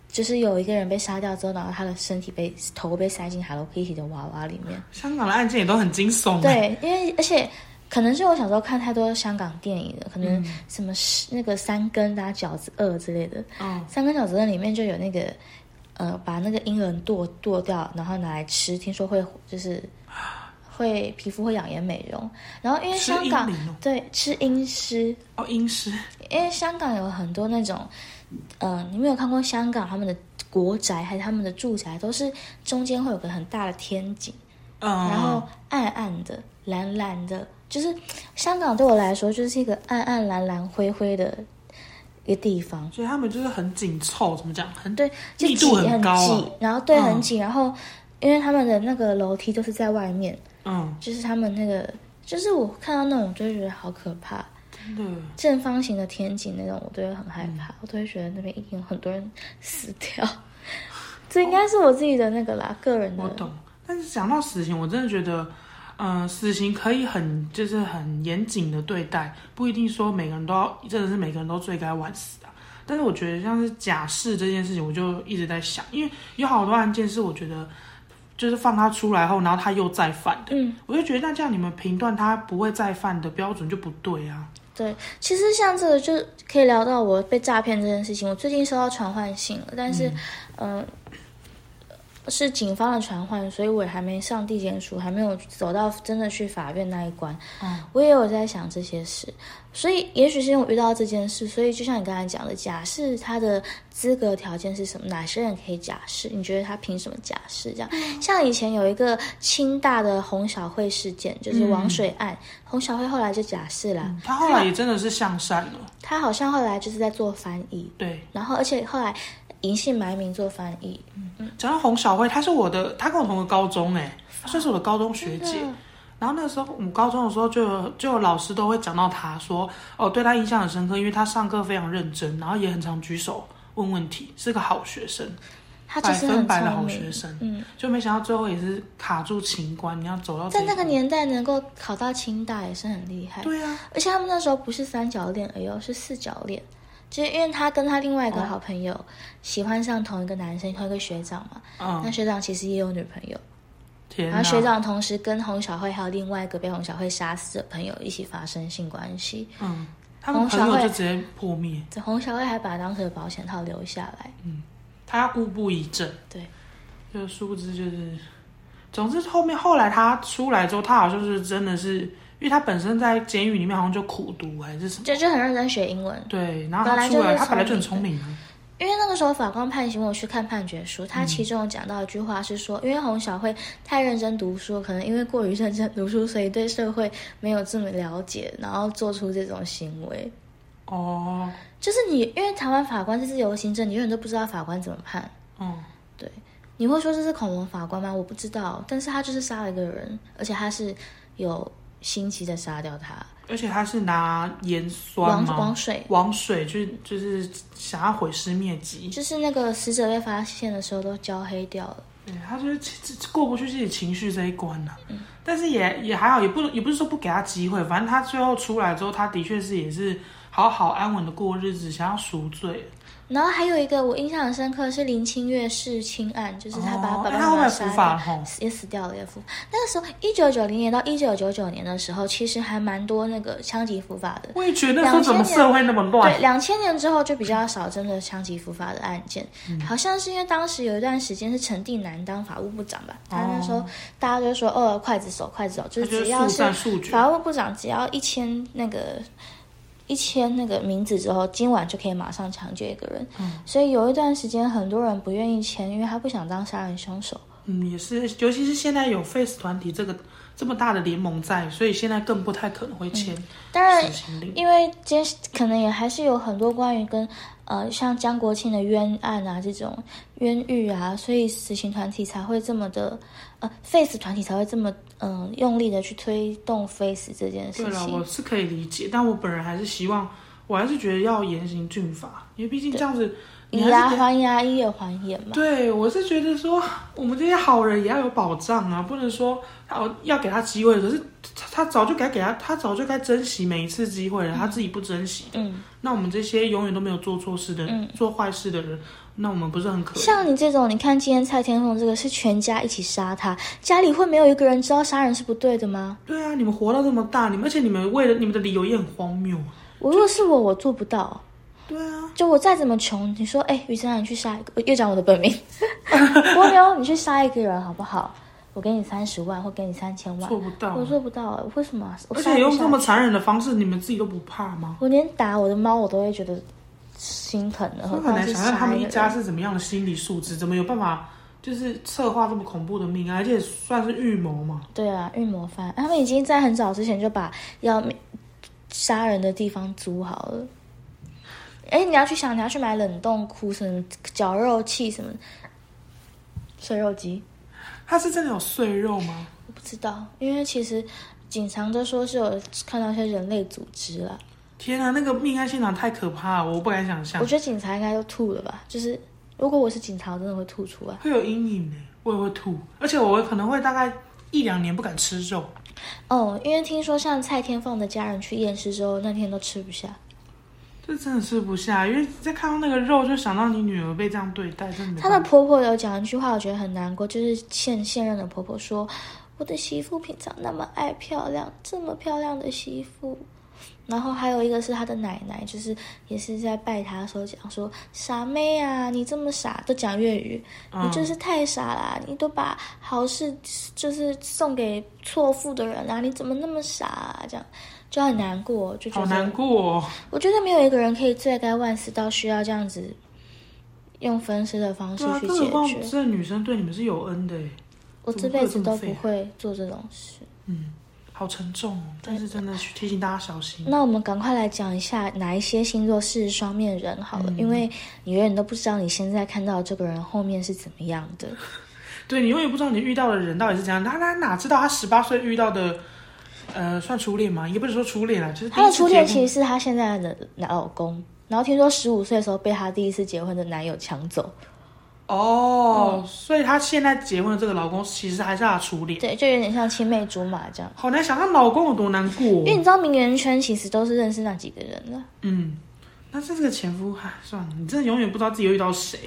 Speaker 1: 就是有一个人被杀掉之后，然后他的身体被头被塞进 Hello Kitty 的娃娃里面。
Speaker 2: 香港的案件也都很惊悚。，
Speaker 1: 对，因为而且可能是我小时候看太多香港电影了，可能什么是那个三根啊、饺子二之类的，
Speaker 2: 嗯，
Speaker 1: 三根饺子里面就有那个，呃，把那个婴儿剁剁掉，然后拿来吃，听说会就是会皮肤会养颜美容。然后因为
Speaker 2: 吃
Speaker 1: 香港
Speaker 2: 阴灵哦
Speaker 1: 对吃阴尸，
Speaker 2: 哦，阴尸
Speaker 1: 因为香港有很多那种，呃，你没有看过香港他们的国宅还是他们的住宅，都是中间会有个很大的天井，
Speaker 2: 嗯，
Speaker 1: 然后暗暗的、蓝蓝的，就是香港对我来说就是一个暗暗蓝蓝灰灰的一个地方。
Speaker 2: 所以他们就是很紧凑，怎么讲？很
Speaker 1: 对，就
Speaker 2: 密
Speaker 1: 挤
Speaker 2: 度很
Speaker 1: 很
Speaker 2: 高啊
Speaker 1: 挤，然后对
Speaker 2: 嗯
Speaker 1: 很挤，然后因为他们的那个楼梯都是在外面，
Speaker 2: 嗯，
Speaker 1: 就是他们那个，就是我看到那种就会觉得好可怕，
Speaker 2: 真的。
Speaker 1: 正方形的天井那种我都会很害怕，我都会觉得那边一定有很多人死掉， *laughs* 这应该是我自己的那个啦，个人
Speaker 2: 我
Speaker 1: 的。
Speaker 2: 懂，但是讲到死刑，我真的觉得，嗯、死刑可以很就是很严谨的对待，不一定说每个人都要，真的是每个人都罪该万死啊。但是我觉得像是假释这件事情，我就一直在想，因为有好多案件是我觉得，就是放他出来后，然后他又再犯的，
Speaker 1: 嗯，
Speaker 2: 我就觉得那这样你们评断他不会再犯的标准就不对啊。
Speaker 1: 对，其实像这个就可以聊到我被诈骗这件事情。我最近收到传唤信了，但是，嗯、是警方的传唤，所以我也还没上地检署，还没有走到真的去法院那一关。
Speaker 2: 嗯，
Speaker 1: 我也有在想这些事，所以也许是因为我遇到这件事，所以就像你刚才讲的，假释他的资格条件是什么？哪些人可以假释？你觉得他凭什么假释？这样，像以前有一个清大的洪小慧事件，就是王水案，洪小慧后来就假释啦。
Speaker 2: 他后来也真的是向善了，
Speaker 1: 他好像后来就是在做翻译，
Speaker 2: 对。
Speaker 1: 然后而且后来隐姓埋名做翻译，
Speaker 2: 讲到洪小慧，她是我的，她跟我同个高中哎、她算是我的高中学姐
Speaker 1: 哦真的。
Speaker 2: 然后那时候我们高中的时候就有就有老师都会讲到她说，哦，对她印象很深刻，因为她上课非常认真，然后也很常举手问问题，是个好学生，
Speaker 1: 他就是
Speaker 2: 百分
Speaker 1: 很
Speaker 2: 百的
Speaker 1: 聪
Speaker 2: 好学
Speaker 1: 明。
Speaker 2: 生。
Speaker 1: 嗯，
Speaker 2: 就没想到最后也是卡住情关，你要走到这
Speaker 1: 在
Speaker 2: 一
Speaker 1: 那个
Speaker 2: 步
Speaker 1: 年代能够考到清大也是很厉害，
Speaker 2: 对啊，
Speaker 1: 而且他们那时候不是三角恋而已哦，是四角恋。就是因为他跟他另外一
Speaker 2: 哦
Speaker 1: 个好朋友喜欢上同一个男生，同一个学长嘛。那
Speaker 2: 嗯，
Speaker 1: 学长其实也有女朋友，
Speaker 2: 天
Speaker 1: 然
Speaker 2: 哪，
Speaker 1: 后学长同时跟洪小慧还有另外一个被洪小慧杀死的朋友一起发生性关系。
Speaker 2: 嗯，他们
Speaker 1: 洪小
Speaker 2: 朋友
Speaker 1: 慧
Speaker 2: 就直接破灭，
Speaker 1: 这洪小慧还把当时的保险套留下来。
Speaker 2: 他要故布疑阵。
Speaker 1: 对，
Speaker 2: 就殊不知就是，总之后面后来他出来之后，他好像是真的是，因为他本身在监狱里面好像就苦读还是什么，
Speaker 1: 就就很认真学英文，
Speaker 2: 对，然后他出
Speaker 1: 本来
Speaker 2: 来，
Speaker 1: 就是
Speaker 2: 他本来就很聪明啊，
Speaker 1: 因为那个时候法官判刑，我有去看判决书，
Speaker 2: 嗯
Speaker 1: 他其中有讲到一句话是说，因为洪小慧太认真读书，可能因为过于认真读书，所以对社会没有这么了解，然后做出这种行为。
Speaker 2: 哦，
Speaker 1: 就是你，因为台湾法官是自由行政，你永远都不知道法官怎么判。
Speaker 2: 嗯，
Speaker 1: 对，你会说这是恐龙法官吗？我不知道，但是他就是杀了一个人，而且他是有心机的杀掉他，
Speaker 2: 而且他是拿盐酸
Speaker 1: 王
Speaker 2: 吗？
Speaker 1: 王水。
Speaker 2: 王水去就是想要毁尸灭迹，
Speaker 1: 就是那个死者被发现的时候都焦黑掉了，
Speaker 2: 对他就是这这过不去自己情绪这一关呐、
Speaker 1: 嗯
Speaker 2: 但是也也还好，也不也不是说不给他机会，反正他最后出来之后，他的确是也是好好安稳的过日子，想要赎罪。
Speaker 1: 然后还有一个我印象很深刻是林清月弑亲案，就是他把
Speaker 2: 哦
Speaker 1: 爸
Speaker 2: 哎
Speaker 1: 爸
Speaker 2: 他后
Speaker 1: 妈
Speaker 2: 来
Speaker 1: 妈
Speaker 2: 伏
Speaker 1: 杀
Speaker 2: 法
Speaker 1: 掉，呃
Speaker 2: 了吼
Speaker 1: 死也死掉了，也服。那个时候，一九九零年到一九九九年的时候，其实还蛮多那个枪击伏法的。
Speaker 2: 我也觉得那时候怎么社会那么
Speaker 1: 对，
Speaker 2: 乱？
Speaker 1: 两千年之后就比较少针对枪击伏法的案件，
Speaker 2: 嗯
Speaker 1: 好像是因为当时有一段时间是陈定南当法务部长吧，他那时候大家就说哦，刽子手，刽子手，就是
Speaker 2: 他就
Speaker 1: 只
Speaker 2: 是
Speaker 1: 要
Speaker 2: 速
Speaker 1: 是
Speaker 2: 战速决，
Speaker 1: 法务部长只要一签那个一签那个名字之后，今晚就可以马上抢救一个人。
Speaker 2: 嗯
Speaker 1: 所以有一段时间，很多人不愿意签，因为他不想当杀人凶手。
Speaker 2: 嗯，也是，尤其是现在有 Face 团体这个这么大的联盟在，所以现在更不太可能会签
Speaker 1: 当然
Speaker 2: 死，刑令。
Speaker 1: 因为今可能也还是有很多关于跟呃像江国庆的冤案啊这种冤狱啊，所以死刑团体才会这么的呃 face 团体才会这么嗯、呃用力的去推动 face 这件事
Speaker 2: 对了，
Speaker 1: 情。
Speaker 2: 我是可以理解，但我本人还是希望，我还是觉得要严刑峻法，因为毕竟这样子，你
Speaker 1: 以
Speaker 2: 还
Speaker 1: 牙
Speaker 2: 是得
Speaker 1: 还牙，以眼还眼嘛。
Speaker 2: 对，我是觉得说，我们这些好人也要有保障啊，不能说好要给他机会，可是他他早就该给他，他早就该珍惜每一次机会了，他自己不珍惜的。
Speaker 1: 嗯
Speaker 2: 那我们这些永远都没有做错事的、人，做坏事的人，那我们嗯不是很可怜？
Speaker 1: 像你这种，你看今天蔡天凤这个是全家一起杀他，家里会没有一个人知道杀人是不对的吗？
Speaker 2: 对啊，你们活到这么大，你们而且你们为了你们的理由也很荒谬。
Speaker 1: 我如果是我，我做不到。
Speaker 2: 对啊，
Speaker 1: 就我再怎么穷，你说，哎，于真啊，你去杀一个，又讲我的本
Speaker 2: *laughs*
Speaker 1: 名，蜗牛，你去杀一个人好不好？我给你三十万，或给你三千万，
Speaker 2: 做不到
Speaker 1: 我。做不到，为什么啊？我
Speaker 2: 啊而
Speaker 1: 杀
Speaker 2: 且
Speaker 1: 不
Speaker 2: 用
Speaker 1: 下
Speaker 2: 这么残忍的方式，你们自己都不怕吗？
Speaker 1: 我连打我的猫，我都会觉得心疼的，何
Speaker 2: 我很
Speaker 1: 况
Speaker 2: 难
Speaker 1: 是
Speaker 2: 想象他
Speaker 1: 杀
Speaker 2: 们
Speaker 1: 一
Speaker 2: 一
Speaker 1: 个
Speaker 2: 家
Speaker 1: 人。
Speaker 2: 是怎么样的心理素质，怎么有办法就是策划这么恐怖的命案，而且算是预谋嘛。
Speaker 1: 对啊，预谋犯，他们已经在很早之前就把要杀人的地方租好了。哎，你要去想，你要去买冷冻库什么绞肉器什么碎肉机，
Speaker 2: 他是真的有碎肉吗？
Speaker 1: 我不知道，因为其实警察都说是有看到一些人类组织啦。
Speaker 2: 天啊，那个命案现场太可怕了，我不敢想象
Speaker 1: 我。觉得警察应该都吐了吧，就是如果我是警察，我真的会吐出来。
Speaker 2: 会有阴影呢，我也会吐，而且我可能会大概一两年不敢吃肉。
Speaker 1: 哦，因为听说像蔡天凤的家人去验尸之后，那天都吃不下。
Speaker 2: 这真的吃不下，因为在看到那个肉，就想到你女儿被这样对待，真的没
Speaker 1: 她
Speaker 2: 办
Speaker 1: 的
Speaker 2: 法。
Speaker 1: 婆婆有讲一句话，我觉得很难过，就是现现任的婆婆说：“我的媳妇平常那么爱漂亮，这么漂亮的媳妇。”然后还有一个是她的奶奶，就是也是在拜她的时候讲说：“傻妹啊，你这么傻，都讲粤语，
Speaker 2: 嗯
Speaker 1: 你就是太傻啦！你都把好事就是送给错付的人啊，你怎么那么傻啊？”这样就很难过，就觉
Speaker 2: 好
Speaker 1: 得
Speaker 2: 难过、哦，
Speaker 1: 我觉得没有一个人可以罪该万死到需要这样子用分尸的方式
Speaker 2: 对啊，
Speaker 1: 去
Speaker 2: 更何
Speaker 1: 解
Speaker 2: 况
Speaker 1: 决。
Speaker 2: 这女生对你们是有恩的耶，
Speaker 1: 我这啊辈子都不会做这种事。
Speaker 2: 嗯，好沉重哦。但是真的提醒大家小心。
Speaker 1: 那我们赶快来讲一下哪一些星座是双面人好了，因为你永远都不知道你现在看到的这个人后面是怎么样的。
Speaker 2: 对你永远不知道你遇到的人到底是怎样，他他哪知道他十八岁遇到的，呃，算初恋吗？也不是说初恋啊，就是
Speaker 1: 她的初恋其
Speaker 2: 实
Speaker 1: 实是她现在的老公，然后听说十五岁的时候被她第一次结婚的男友抢走，
Speaker 2: 哦，所以她现在结婚的这个老公其实还是她的初恋，
Speaker 1: 对，就有点像青梅竹马这样。
Speaker 2: 好难想象老公有多难过
Speaker 1: 因。为你知道名媛圈其实都是认识那几个人的。
Speaker 2: 嗯，那这个前夫，唉，算了，你真的永远不知道自己会遇到谁。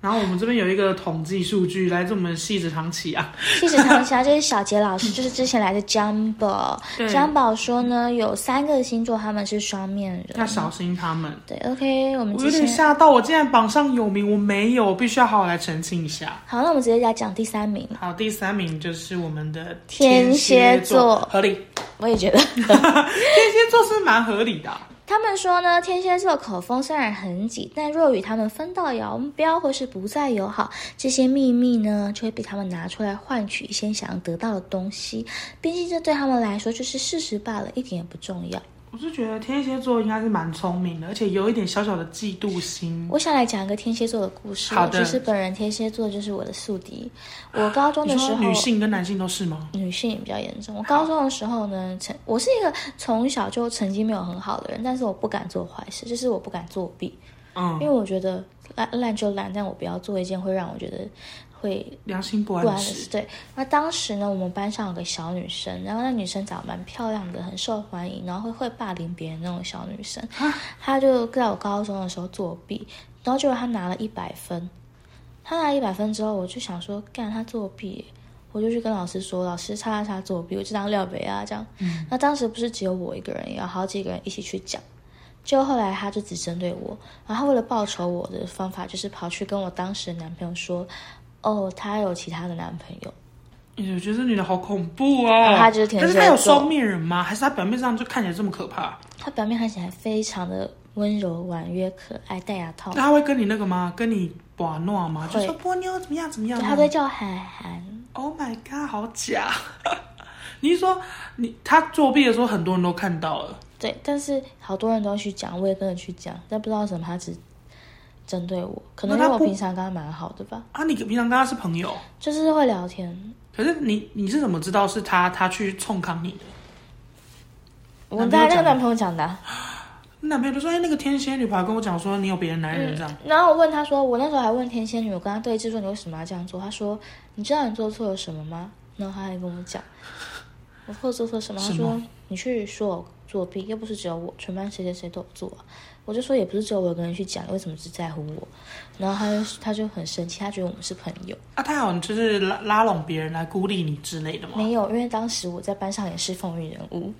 Speaker 2: 然后我们这边有一个统计数据来自我们细致堂起啊，
Speaker 1: 细水长桥就是小杰老师，就是之前来的 Jumbo。
Speaker 2: 嗯对
Speaker 1: Jumbo 说呢，有三个星座他们是双面
Speaker 2: 要
Speaker 1: 人。
Speaker 2: 小心他们。
Speaker 1: 对，OK，我们
Speaker 2: 我有
Speaker 1: 之
Speaker 2: 点
Speaker 1: 前
Speaker 2: 吓到，我竟然榜上有名，我没有，我必须要好好来澄清一下。
Speaker 1: 好，那我们直接来讲第三名，
Speaker 2: 好，第三名就是我们的
Speaker 1: 天蝎座
Speaker 2: 座，合理。
Speaker 1: 我也觉得。
Speaker 2: 天蝎座是蛮合理的啊、
Speaker 1: 他们说呢，天蝎座口风虽然很紧，但若与他们分道扬镳或是不再友好，这些秘密呢就会被他们拿出来换取一些想要得到的东西。毕竟这对他们来说就是事实罢了，一点也不重要。
Speaker 2: 我是觉得天蝎座应该是蛮聪明的，而且有一点小小的嫉妒心。
Speaker 1: 我想来讲一个天蝎座的故事。
Speaker 2: 好的
Speaker 1: 就是本人天蝎座就是我的宿敌。我高中的
Speaker 2: 你
Speaker 1: 时
Speaker 2: 说
Speaker 1: 候，
Speaker 2: 女性跟男性都是吗？
Speaker 1: 女性也比较严重。我高中的时候呢，成我是一个从小就成绩没有很好的人，但是我不敢做坏事，就是我不敢作弊，因
Speaker 2: 嗯，
Speaker 1: 为我觉得烂烂就烂，但我不要做一件会让我觉得会
Speaker 2: 良心不安
Speaker 1: 不安
Speaker 2: 的
Speaker 1: 的
Speaker 2: 事
Speaker 1: 事。。对，那当时呢，我们班上有个小女生，然后那女生长得蛮漂亮的，很受欢迎，然后会会霸凌别人那种小女生。她就在我高中的时候作弊，然后结果她拿了一百分。她拿一百分之后，我就想说，干她作弊耶，我就去跟老师说，老师叉叉叉作弊，我就当廖北啊这样。
Speaker 2: 嗯
Speaker 1: 那当时不是只有我一个人，也有好几个人一起去讲。就后来他就只针对我，然后为了报仇，我的方法就是跑去跟我当时的男朋友说，哦，他有其他的男朋友。
Speaker 2: 哎我觉得这女的好恐怖哦。
Speaker 1: 啊她就是天蝎座
Speaker 2: 但是她有双面人吗？还是她表面上就看起来这么可怕？
Speaker 1: 他表面看起来非常的温柔、婉约、可爱，戴牙套
Speaker 2: 那，她会跟你那个吗？跟你把诺吗？就
Speaker 1: 会
Speaker 2: 说波妞怎么样怎么样啊
Speaker 1: 对
Speaker 2: 吗？
Speaker 1: 他都叫涵涵。
Speaker 2: Oh my god，好假！ *laughs* 你是说你她作弊的时候，很多人都看到了？
Speaker 1: 对，但是好多人都去讲，我也跟着去讲，但不知道为什么他只针对我，可能因
Speaker 2: 那
Speaker 1: 为
Speaker 2: 他
Speaker 1: 我
Speaker 2: 不
Speaker 1: 平常跟他蛮好的吧，
Speaker 2: 啊，你平常跟她是朋友，
Speaker 1: 就是会聊天。
Speaker 2: 可是你你是怎么知道是她她去冲康你的？
Speaker 1: 我
Speaker 2: 男
Speaker 1: 跟
Speaker 2: 朋
Speaker 1: 那个
Speaker 2: 友讲
Speaker 1: 男朋友讲的啊、
Speaker 2: 你男朋友就说：“哎、那个天蝎女跑来跟我讲说你有别的男人这样。
Speaker 1: 嗯然后我问他说，我那时候还问天蝎女，我跟他对峙说你为什么要这样做？他说你知道你做错了什么吗？然后他还跟我讲，我做做错什么？他
Speaker 2: 什
Speaker 1: 说
Speaker 2: 么
Speaker 1: 你去说我作弊，又不是只有我，全班谁谁谁都有做、啊。我就说也不是只有我一个人去讲，为什么只在乎我？然后他就他就很生气，他觉得我们是朋友，
Speaker 2: 啊，他好像就是拉拉拢别人来孤立你之类的嘛。
Speaker 1: 没有，因为当时我在班上也是风云人
Speaker 2: *laughs*
Speaker 1: 物，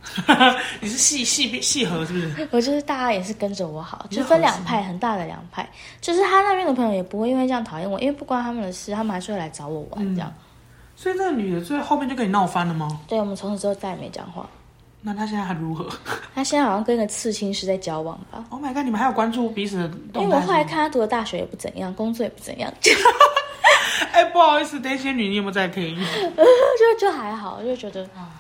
Speaker 2: 你是戏戏戏核是不是？
Speaker 1: 我就是大家也是跟着我好，
Speaker 2: 你
Speaker 1: 就是是分
Speaker 2: 好心
Speaker 1: 两派，很大的两派，就是他那边的朋友也不会因为这样讨厌我，因为不关他们的事，他们还是会来找我
Speaker 2: 嗯
Speaker 1: 玩这样。
Speaker 2: 所以这个女的最后面就跟你闹翻了吗？
Speaker 1: 对，我们从此之后再也没讲话。
Speaker 2: 那她现在还如何
Speaker 1: 他现在好像跟一个刺青师在交往吧？
Speaker 2: ？Oh my god！你们还有关注彼此的
Speaker 1: 因为
Speaker 2: 动
Speaker 1: 我
Speaker 2: 态
Speaker 1: 后
Speaker 2: 是吗？
Speaker 1: 来看他读的大学也不怎样，工作也不怎样， *laughs* 就
Speaker 2: 哎、不好意思，天蝎女，你有没有在听？
Speaker 1: 就就还好，就觉得
Speaker 2: 啊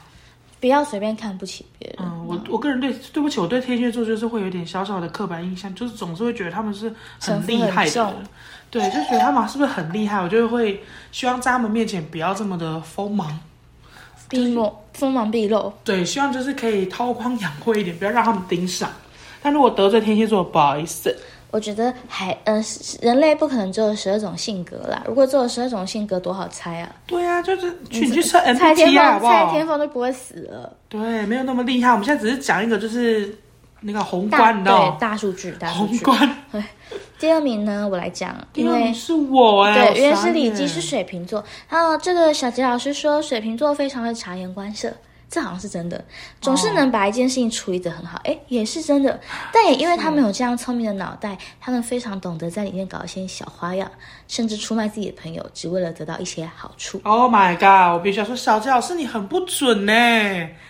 Speaker 1: 不要随便看不起别人。
Speaker 2: 嗯，我我个人对对不起，我对天蝎座就是会有点小小的刻板印象，就是总是会觉得他们是很厉害
Speaker 1: 城
Speaker 2: 的
Speaker 1: 府很
Speaker 2: 人，对，就觉得他们是不是很厉害？我就会希望在他们面前不要这么的锋芒，
Speaker 1: 毕露，锋芒毕露。
Speaker 2: 对，希望就是可以韬光养晦一点，不要让他们盯上。但如果得罪天蝎座，不好意思，
Speaker 1: 我觉得还嗯、呃，人类不可能只有十二种性格啦。如果只有十二种性格，多好猜啊！
Speaker 2: 对啊，就是去你去测
Speaker 1: 蔡天
Speaker 2: MBTI 啊好
Speaker 1: 凤，
Speaker 2: 不
Speaker 1: 蔡
Speaker 2: 好？
Speaker 1: 天凤就不会死了。
Speaker 2: 对，没有那么厉害。我们现在只是讲一个，就是那个宏
Speaker 1: 大
Speaker 2: 观，你知道
Speaker 1: 对
Speaker 2: 吗？
Speaker 1: 大数据，大数
Speaker 2: 宏
Speaker 1: 据。
Speaker 2: 观。
Speaker 1: 第二名呢，我来讲，
Speaker 2: 第
Speaker 1: 因
Speaker 2: 二
Speaker 1: 为
Speaker 2: 名是我哎、
Speaker 1: 对，因为
Speaker 2: 我傻
Speaker 1: 是李
Speaker 2: 眼
Speaker 1: 基是水瓶座。然后这个小杰老师说，水瓶座非常会察言观色，这好像是真的，总是能把一件事情处理得很好。哎、也是真的。但也因为他们有这样聪明的脑袋，他们非常懂得在里面搞一些小花样，甚至出卖自己的朋友，只为了得到一些好处。
Speaker 2: Oh my god！我必须要说，小杰老师你很不准呢、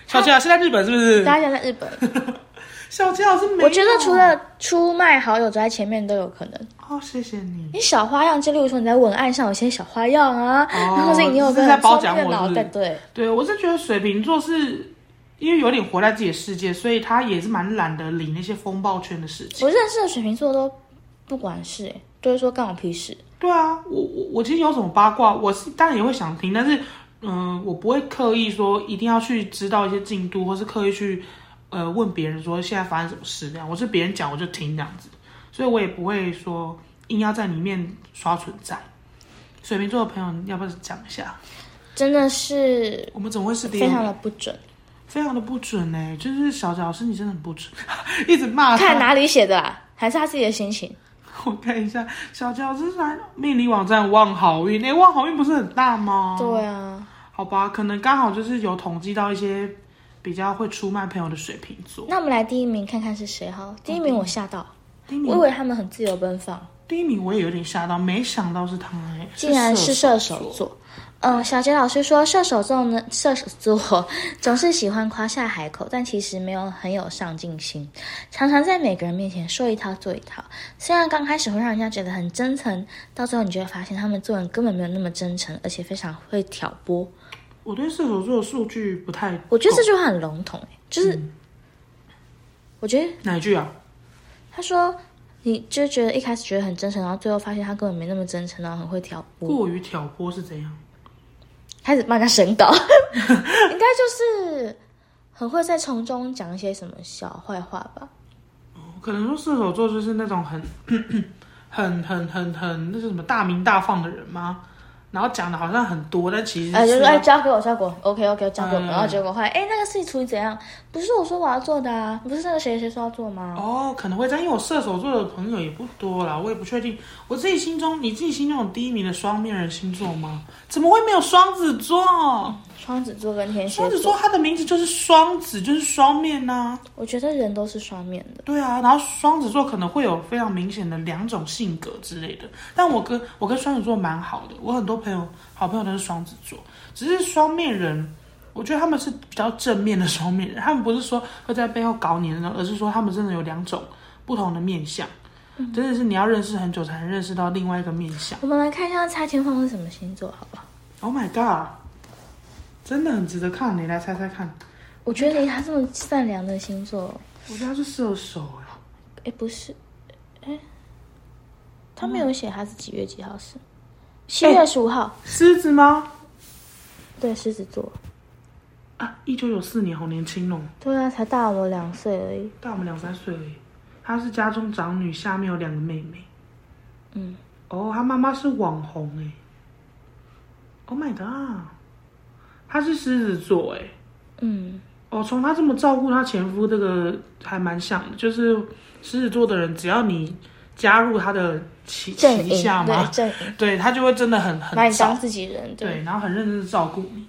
Speaker 2: 小杰老师在日本是不是？
Speaker 1: 大家在日本，
Speaker 2: 小杰老师没有。
Speaker 1: 我觉得除了出卖好友走在前面都有可能。
Speaker 2: 哦，谢谢你。
Speaker 1: 你小花样，就例如说你在文案上有些小花样啊，
Speaker 2: 哦
Speaker 1: 然后是你有
Speaker 2: 这
Speaker 1: 个
Speaker 2: 是在
Speaker 1: 很
Speaker 2: 褒
Speaker 1: 聪
Speaker 2: 奖
Speaker 1: 明的
Speaker 2: 我
Speaker 1: 脑
Speaker 2: 是不
Speaker 1: 袋，
Speaker 2: 是
Speaker 1: 对。
Speaker 2: 对我是觉得水瓶座是因为有点活在自己的世界，所以他也是蛮懒得理那些风暴圈的事情。
Speaker 1: 我认识的水瓶座都不管事、欸，都会说干我屁事。
Speaker 2: 对啊，我我我其实有什么八卦，我是当然也会想听，但是嗯、我不会刻意说一定要去知道一些进度，或是刻意去呃问别人说现在发生什么事那样。我是别人讲我就听这样子，所以我也不会说硬要在里面刷存在。水瓶座的朋友，你要不要讲一下？
Speaker 1: 真的是
Speaker 2: 我们怎么会是第一
Speaker 1: 非常的不准，
Speaker 2: 非常的不准呢、就是小贾老师，你真的很不准， *laughs* 一直骂啊他
Speaker 1: 看。哪里写的啦，还是他自己的心情。
Speaker 2: 我看一下，小贾老师来命理网站旺好运，哎、旺好运不是很大吗？
Speaker 1: 对啊，
Speaker 2: 好吧，可能刚好就是有统计到一些比较会出卖朋友的水瓶座。
Speaker 1: 那我们来第一名看看是谁哈。
Speaker 2: 哦
Speaker 1: 第一名我吓到，
Speaker 2: 第一
Speaker 1: 我以
Speaker 2: 名，
Speaker 1: 为他们很自由奔放，
Speaker 2: 第一名我也有点吓到，没想到是他、哎，
Speaker 1: 竟然是射手
Speaker 2: 手座。
Speaker 1: 座。嗯，小杰老师说，射手座呢，射手座总是喜欢夸下海口，但其实没有很有上进心，常常在每个人面前说一套做一套。虽然刚开始会让人家觉得很真诚，到最后你就会发现他们做人根本没有那么真诚，而且非常会挑拨。
Speaker 2: 我对射手座的数据不太，
Speaker 1: 我觉得这句话很笼统、欸，就是、我觉得
Speaker 2: 哪一句啊？
Speaker 1: 他说，你就觉得一开始觉得很真诚，然后最后发现他根本没那么真诚，然后很会挑拨。
Speaker 2: 过于挑拨是怎样？
Speaker 1: 开始帮人家审稿， *laughs* 应该就是很会在从中讲一些什么小坏话吧。
Speaker 2: 哦可能说射手座就是那种很 *clears throat* 很很很很那是什么大名大放的人吗？然后讲的好像很多，但其实啊
Speaker 1: 哎，就是是哎，交给我，交给我，OK OK，交给我。
Speaker 2: 嗯
Speaker 1: 然后结果后来，哎，那个事情处理怎样？不是我说我要做的啊，不是那个谁谁说要做吗？
Speaker 2: 哦，可能会这样，因为我射手座的朋友也不多啦，我也不确定。我自己心中，你自己心中有第一名的双面人星座吗？怎么会没有双子座？
Speaker 1: 双子座跟天蝎
Speaker 2: 双子座它的名字就是双子，就是双面啊呐、
Speaker 1: 我觉得人都是双面的。
Speaker 2: 对啊，然后双子座可能会有非常明显的两种性格之类的。但我跟我跟双子座蛮好的，我很多朋友好朋友都是双子座，只是双面人，我觉得他们是比较正面的双面人，他们不是说会在背后搞你的那种，而是说他们真的有两种不同的面相，真的是你要认识很久才能认识到另外一个面相。
Speaker 1: 我们来看一下蔡天凤是什么星座，好不好？
Speaker 2: Oh my god，真的很值得看，你来猜猜看，
Speaker 1: 我觉得他这么善良的星座，
Speaker 2: 我觉得他是射手哎、
Speaker 1: 哎，不是，哎，他没有
Speaker 2: 嗯
Speaker 1: 写他是几月几号是，七月十五号，
Speaker 2: 狮子吗？
Speaker 1: 对，狮子座。
Speaker 2: 啊，一九九四年，好年轻哦。
Speaker 1: 对啊，才大我们两岁而已。
Speaker 2: 大我们两三岁而已。她是家中长女，下面有两个妹妹。
Speaker 1: 嗯，
Speaker 2: 哦，她妈妈是网红哎、Oh my god！她是狮子座哎、
Speaker 1: 嗯，
Speaker 2: 哦，从她这么照顾她前夫，这个还蛮像的。就是狮子座的人，只要你加入他的旗
Speaker 1: 阵
Speaker 2: 旗
Speaker 1: 营
Speaker 2: 下嘛
Speaker 1: 对，阵营，
Speaker 2: 对他就会真的很
Speaker 1: 把
Speaker 2: 很
Speaker 1: 你
Speaker 2: 照
Speaker 1: 当自己人，对。
Speaker 2: 对，然后很认真的照顾你。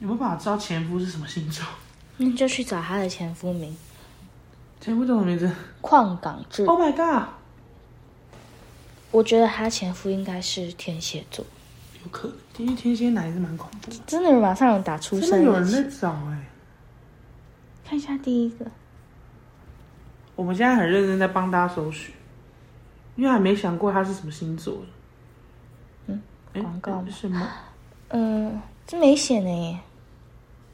Speaker 2: 有没有办法知道前夫是什么星座？
Speaker 1: 那你就去找他的前夫名
Speaker 2: 前夫叫什么名字
Speaker 1: 邝港志，
Speaker 2: ？Oh my god！
Speaker 1: 我觉得他前夫应该是天蝎座。
Speaker 2: 有可能，第一天蝎男也是蛮恐怖的，
Speaker 1: 真的马上有打出
Speaker 2: 真的有
Speaker 1: 生
Speaker 2: 人
Speaker 1: 字，
Speaker 2: 在找哎、
Speaker 1: 看一下第一个，
Speaker 2: 我们现在很认真在帮大家搜寻，因为还没想过他是什么星座
Speaker 1: 嗯，
Speaker 2: 哎
Speaker 1: 广告吗
Speaker 2: 什么
Speaker 1: 嗯，这没写呢耶。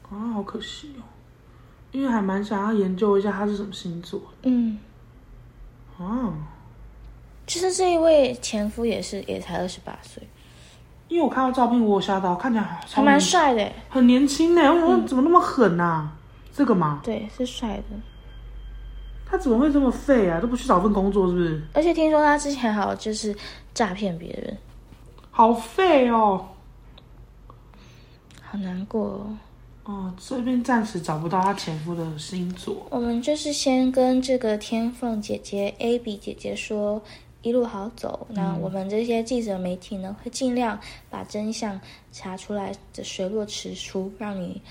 Speaker 2: 啊？好可惜哦，因为还蛮想要研究一下他是什么星座
Speaker 1: 嗯，
Speaker 2: 的啊。
Speaker 1: 其实这一位前夫也是，也才二十八岁，
Speaker 2: 因为我看到照片，我有吓到，看起来好
Speaker 1: 还
Speaker 2: 超
Speaker 1: 蛮
Speaker 2: 年
Speaker 1: 帅嗯的耶。
Speaker 2: 很年轻呢、我想说怎么那么狠呐、啊？这个吗？
Speaker 1: 对，是帅的。
Speaker 2: 他怎么会这么废啊？都不去找份工作是不是？
Speaker 1: 而且听说他之前还有就是诈骗别人，
Speaker 2: 好废哦！
Speaker 1: 好难过、哦。
Speaker 2: 哦，这边暂时找不到她前夫的星座。
Speaker 1: 我们就是先跟这个天凤姐姐、AB 姐姐说一路好走。那
Speaker 2: 嗯
Speaker 1: 我们这些记者媒体呢，会尽量把真相查出来的水落石出，让你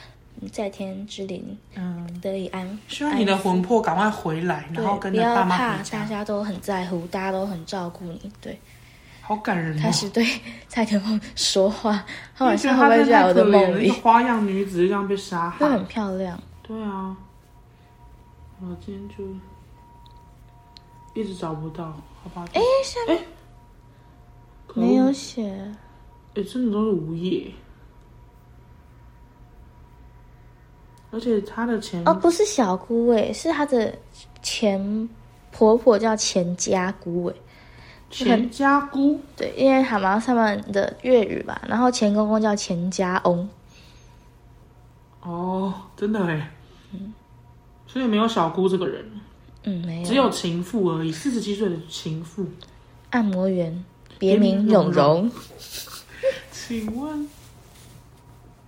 Speaker 1: 嗯在天之灵
Speaker 2: 嗯，
Speaker 1: 得以安。
Speaker 2: 希望你的魂魄赶快回来，然后
Speaker 1: 对，
Speaker 2: 跟
Speaker 1: 不
Speaker 2: 着
Speaker 1: 要
Speaker 2: 爸妈
Speaker 1: 怕，
Speaker 2: 回
Speaker 1: 大
Speaker 2: 家。
Speaker 1: 家都很在乎，大家都很照顾你。对，
Speaker 2: 好感人
Speaker 1: 他
Speaker 2: 哦！
Speaker 1: 是对蔡天凤说话，他晚上
Speaker 2: 因
Speaker 1: 会
Speaker 2: 为
Speaker 1: 不会就在
Speaker 2: 觉得她
Speaker 1: 我的
Speaker 2: 真太可怜了
Speaker 1: 梦
Speaker 2: 一
Speaker 1: 里嗯
Speaker 2: 个？花样女子就这样被杀
Speaker 1: 都
Speaker 2: 害。
Speaker 1: 很漂亮。
Speaker 2: 对啊，我今天就一直找不到，好吧？哎、嗯
Speaker 1: 下
Speaker 2: 哎、可恶
Speaker 1: 没有写，
Speaker 2: 哎、真的都是无业。而且他的前
Speaker 1: 哦，不是小姑哎，是她的前婆婆叫钱家姑哎。
Speaker 2: 前家姑
Speaker 1: 对，因为好像他们的粤语吧，然后钱公公叫钱家翁，
Speaker 2: 哦，真的哎，所以没有小姑这个人，
Speaker 1: 嗯，没有，
Speaker 2: 只有情妇而已，四十七岁的情妇。
Speaker 1: 按摩员，别名永荣，
Speaker 2: 请问，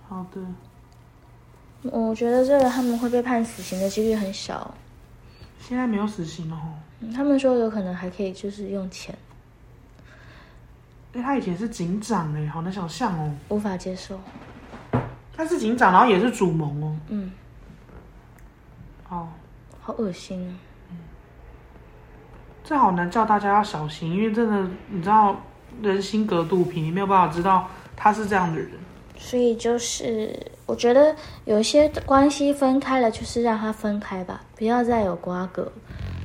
Speaker 2: 好的，
Speaker 1: 我觉得这个他们会被判死刑的几率很小，
Speaker 2: 现在没有死刑了哦。
Speaker 1: 嗯他们说有可能还可以就是用钱，
Speaker 2: 哎，他以前是警长哎，好难想象哦。
Speaker 1: 无法接受，
Speaker 2: 他是警长，然后也是主谋哦。
Speaker 1: 嗯，
Speaker 2: 哦，
Speaker 1: 好恶心啊，
Speaker 2: 这好难叫大家要小心，因为真的，你知道人心隔肚皮，你没有办法知道他是这样的人。
Speaker 1: 所以就是我觉得有一些关系分开了，就是让它分开吧，不要再有瓜葛。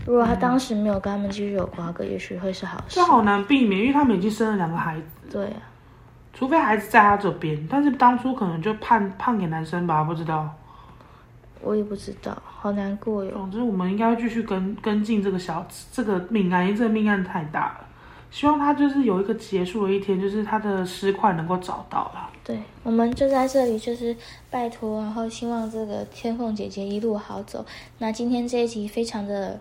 Speaker 1: 如果他当时没有跟他们继续有瓜葛，也许会是好事
Speaker 2: 这。好难避免，因为他们已经生了两个孩子，
Speaker 1: 对啊，
Speaker 2: 除非孩子在他这边，但是当初可能就判判给男生吧，不知道。
Speaker 1: 我也不知道，好难过哟。
Speaker 2: 总之，我们应该要继续跟跟进这个小这个命案，因为这个命案太大了。希望他就是有一个结束的一天，就是他的尸块能够找到啦。
Speaker 1: 对，我们就在这里，就是拜托，然后希望这个天凤姐姐一路好走。那今天这一集非常的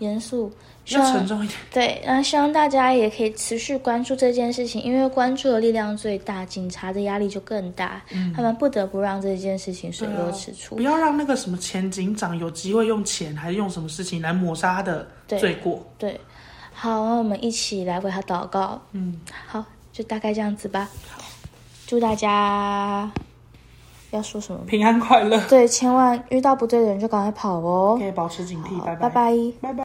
Speaker 1: 严肃，希望
Speaker 2: 重一点。
Speaker 1: 对，那希望大家也可以持续关注这件事情，因为关注的力量最大，警察的压力就更大，他们不得不让这件事情水
Speaker 2: 嗯对啊
Speaker 1: 落石出
Speaker 2: 不。要让那个什么前警长有机会用钱还是用什么事情来抹杀他的
Speaker 1: 对
Speaker 2: 罪过。
Speaker 1: 对，好，那我们一起来为他祷告。
Speaker 2: 嗯，
Speaker 1: 好，就大概这样子吧。祝大家要说什么？
Speaker 2: 平安快乐，
Speaker 1: 对，千万遇到不对的人就赶快跑哦。
Speaker 2: 可以保持警惕，
Speaker 1: 好
Speaker 2: 拜
Speaker 1: 拜拜
Speaker 2: 拜拜。